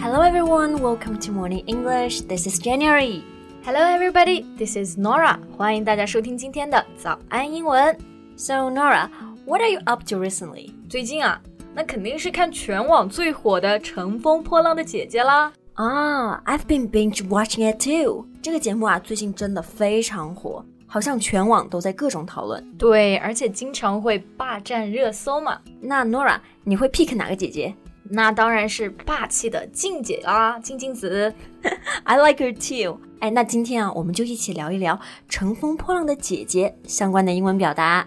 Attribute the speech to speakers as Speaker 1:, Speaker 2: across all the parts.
Speaker 1: Hello everyone, welcome to Morning English. This is January.
Speaker 2: Hello, everybody. This is Nora. 欢迎大家收听今天的早安英文。
Speaker 1: So Nora, what are you up to recently?
Speaker 2: 最近啊，那肯定是看全网最火的《乘风破浪的姐姐》啦。
Speaker 1: Ah, I've been binge watching it too. 这个节目啊，最近真的非常火，好像全网都在各种讨论。
Speaker 2: 对，而且经常会霸占热搜嘛。
Speaker 1: 那 Nora，你会 pick 哪个姐姐
Speaker 2: 那当然是霸气的静姐啦，静静子。
Speaker 1: ？I like her too. 哎，那今天啊，我们就一起聊一聊《乘风破浪的姐姐》相关的英文表达。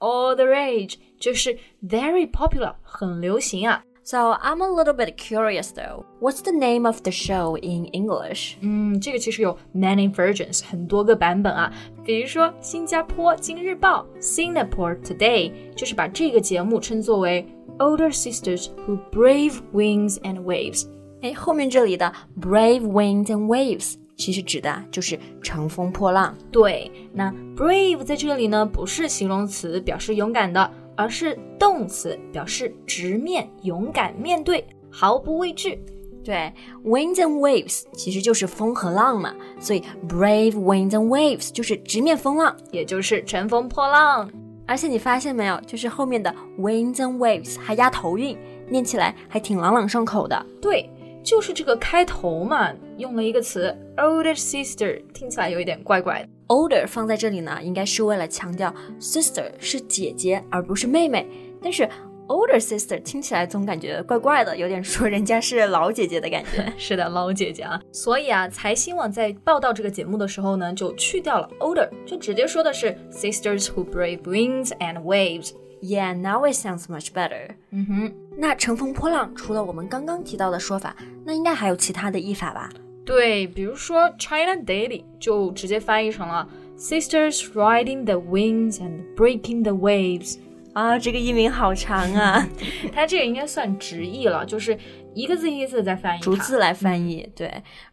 Speaker 2: all the rage，就是 very popular，很流行啊。
Speaker 1: So I'm a little bit curious though. What's the name of the show in English?
Speaker 2: 嗯，这个其实有 many versions，很多个版本啊。比如说新加坡《今日报》（Singapore Today） 就是把这个节目称作为 Older Sisters Who Brave Winds and Waves。
Speaker 1: 哎，后面这里的 brave winds and waves 其实指的就是乘风破浪。
Speaker 2: 对，那 brave 在这里呢不是形容词，表示勇敢的，而是动词，表示直面、勇敢面对，毫不畏惧。
Speaker 1: 对，winds and waves 其实就是风和浪嘛，所以 brave winds and waves 就是直面风浪。
Speaker 2: 也就是乘风破浪，
Speaker 1: 而且你发现没有，就是后面的 winds and waves 还押头韵，念起来还挺朗朗上口的。
Speaker 2: 对，就是这个开头嘛，用了一个词 older sister，听起来有一点怪怪的。
Speaker 1: older 放在这里呢，应该是为了强调 sister 是姐姐而不是妹妹。但是 older sister 听起来总感觉怪怪的，有点说人家是老姐姐的感觉。
Speaker 2: 是的，捞姐姐啊，所以啊，财新网在报道这个节目的时候呢，就去掉了 older，就直接说的是 sisters who brave winds and waves。
Speaker 1: yeah, now it sounds much better.
Speaker 2: 嗯哼，
Speaker 1: 那乘风破浪除了我们刚刚提到的说法，那应该还有其他的译法吧？
Speaker 2: 对，比如说 China Daily 就直接翻译成了 sisters riding the winds and breaking the waves。
Speaker 1: 啊，这个译名好长啊，
Speaker 2: 它这个应该算直译了，就是一个字一个字在翻译它。
Speaker 1: 逐字来翻译。对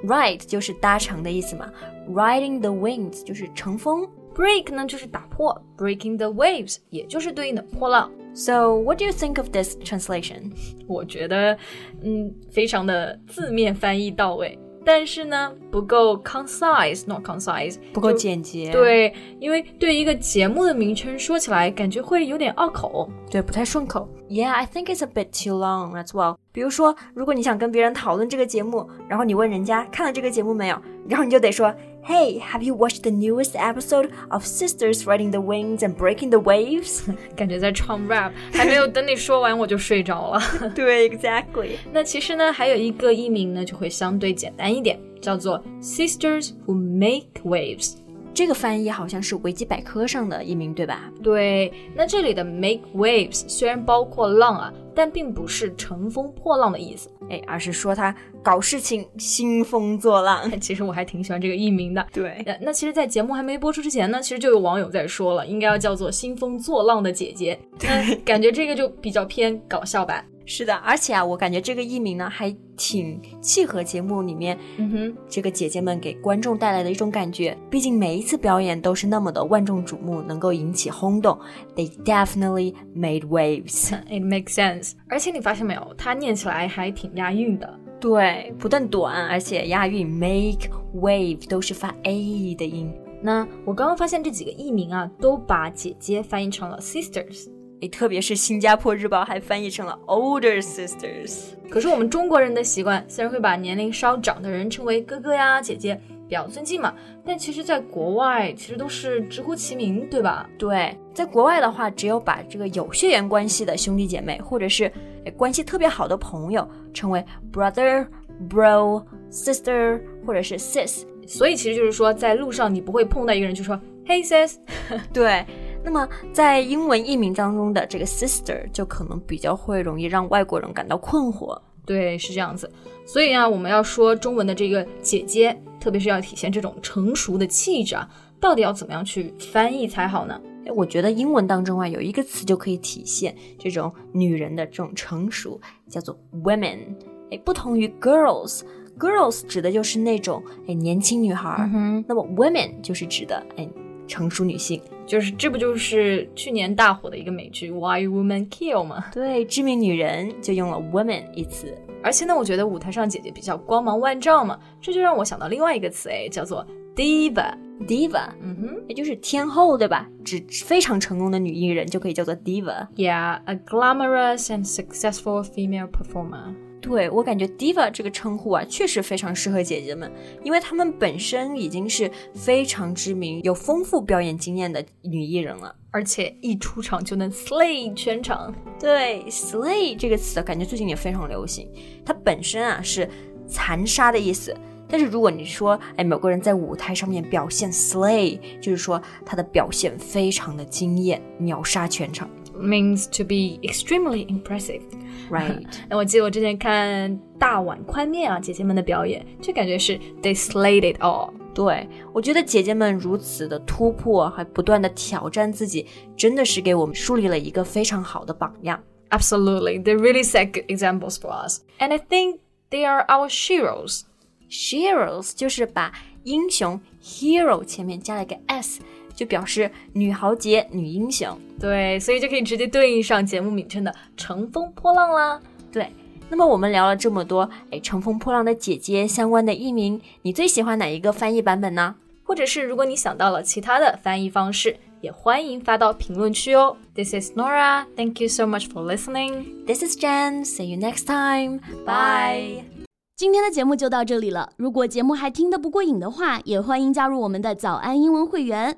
Speaker 1: ，ride 就是搭乘的意思嘛，riding the winds 就是乘风。
Speaker 2: break 呢就是打破，breaking the waves 也就是对应的破浪。
Speaker 1: So what do you think of this translation?
Speaker 2: 我觉得，嗯，非常的字面翻译到位，但是呢，不够 concise，not concise，
Speaker 1: 不够
Speaker 2: 就
Speaker 1: 简洁，
Speaker 2: 对，因为对一个节目的名称说起来，感觉会有点拗口。
Speaker 1: 对，不太顺口。Yeah, I think it's a bit too long as well. 比如说，如果你想跟别人讨论这个节目，然后你问人家看了这个节目没有，然后你就得说，Hey, have you watched the newest episode of Sisters Riding the Winds and Breaking the Waves?
Speaker 2: 感觉在唱 rap，还没有等你说完我就睡着了。
Speaker 1: 对，exactly.
Speaker 2: 那其实呢，还有一个译名呢，就会相对简单一点，叫做 Sisters Who Make Waves。
Speaker 1: 这个翻译好像是维基百科上的译名，对吧？
Speaker 2: 对，那这里的 make waves 虽然包括浪啊，但并不是乘风破浪的意思。
Speaker 1: 哎，而是说他搞事情兴风作浪。
Speaker 2: 其实我还挺喜欢这个译名的。
Speaker 1: 对，
Speaker 2: 那那其实，在节目还没播出之前呢，其实就有网友在说了，应该要叫做“兴风作浪的姐姐”。那感觉这个就比较偏搞笑版。
Speaker 1: 是的，而且啊，我感觉这个译名呢，还挺契合节目里面
Speaker 2: 嗯哼，
Speaker 1: 这个姐姐们给观众带来的一种感觉。毕竟每一次表演都是那么的万众瞩目，能够引起轰动。They definitely made waves。
Speaker 2: it makes sense。而且你发现没有，它念起来还挺押韵的。
Speaker 1: 对，不但短，而且押韵，make wave 都是发 a 的音。
Speaker 2: 那我刚刚发现这几个译名啊，都把姐姐翻译成了 sisters。
Speaker 1: 诶，哎特别是新加坡日报还翻译成了 older sisters。
Speaker 2: 可是我们中国人的习惯，虽然会把年龄稍长的人称为哥哥呀、姐姐，比较尊敬嘛，但其实在国外其实都是直呼其名，对吧？
Speaker 1: 对，在国外的话，只有把这个有血缘关系的兄弟姐妹，或者是诶关系特别好的朋友，称为 brother、bro、sister 或者是 sis。
Speaker 2: 所以其实就是说，在路上你不会碰到一个人就说 Hey sis，
Speaker 1: 对，那么在英文译名当中的这个 sister 就可能比较会容易让外国人感到困惑。
Speaker 2: 对，是这样子。所以啊，我们要说中文的这个姐姐特别是要体现这种成熟的气质啊，到底要怎么样去翻译才好呢？
Speaker 1: 哎我觉得英文当中啊，有一个词就可以体现这种女人的这种成熟，叫做 women。哎，不同于 girls，girls 指的就是那种哎年轻女孩儿，
Speaker 2: 哼，
Speaker 1: 那么 women 就是指的哎成熟女性。
Speaker 2: 就是这不就是去年大火的一个美剧《Why Women Kill》吗？
Speaker 1: 对，致命女人就用了 women 一词。
Speaker 2: 而且呢，我觉得舞台上姐姐比较光芒万丈嘛，这就让我想到另外一个词哎，叫做 diva。
Speaker 1: diva
Speaker 2: 嗯哼
Speaker 1: 也就是天后，对吧？指非常成功的女艺人就可以叫做 diva。
Speaker 2: ，Yeah，a glamorous and successful female performer。
Speaker 1: 对我感觉 diva 这个称呼啊，确实非常适合姐姐们，因为她们本身已经是非常知名、有丰富表演经验的女艺人了。
Speaker 2: 而且一出场就能 slay 全场。
Speaker 1: 对，slay 这个词，感觉最近也非常流行。它本身啊是残杀的意思，但是如果你说，哎，某个人在舞台上面表现 slay，就是说他的表现非常的惊艳，秒杀全场。
Speaker 2: means to be extremely impressive。
Speaker 1: Right，
Speaker 2: 那我记得我之前看大碗宽面啊，姐姐们的表演，就感觉是 they slayed it all。
Speaker 1: 对我觉得姐姐们如此的突破，还不断的挑战自己，真的是给我们树立了一个非常好的榜样。
Speaker 2: Absolutely, they really set good examples for us, and I think they are our heroes.
Speaker 1: Sheroes 就是把英雄 hero 前面加了一个 s，就表示女豪杰、女英雄。
Speaker 2: 对，所以就可以直接对应上节目名称的“乘风破浪”啦。
Speaker 1: 对，那么我们聊了这么多，哎，乘风破浪的姐姐相关的译名，你最喜欢哪一个翻译版本呢？
Speaker 2: 或者是如果你想到了其他的翻译方式，也欢迎发到评论区哦。This is Nora. Thank you so much for listening.
Speaker 1: This is Jen. See you next time. Bye.
Speaker 3: 今天的节目就到这里了。如果节目还听得不过瘾的话，也欢迎加入我们的早安英文会员。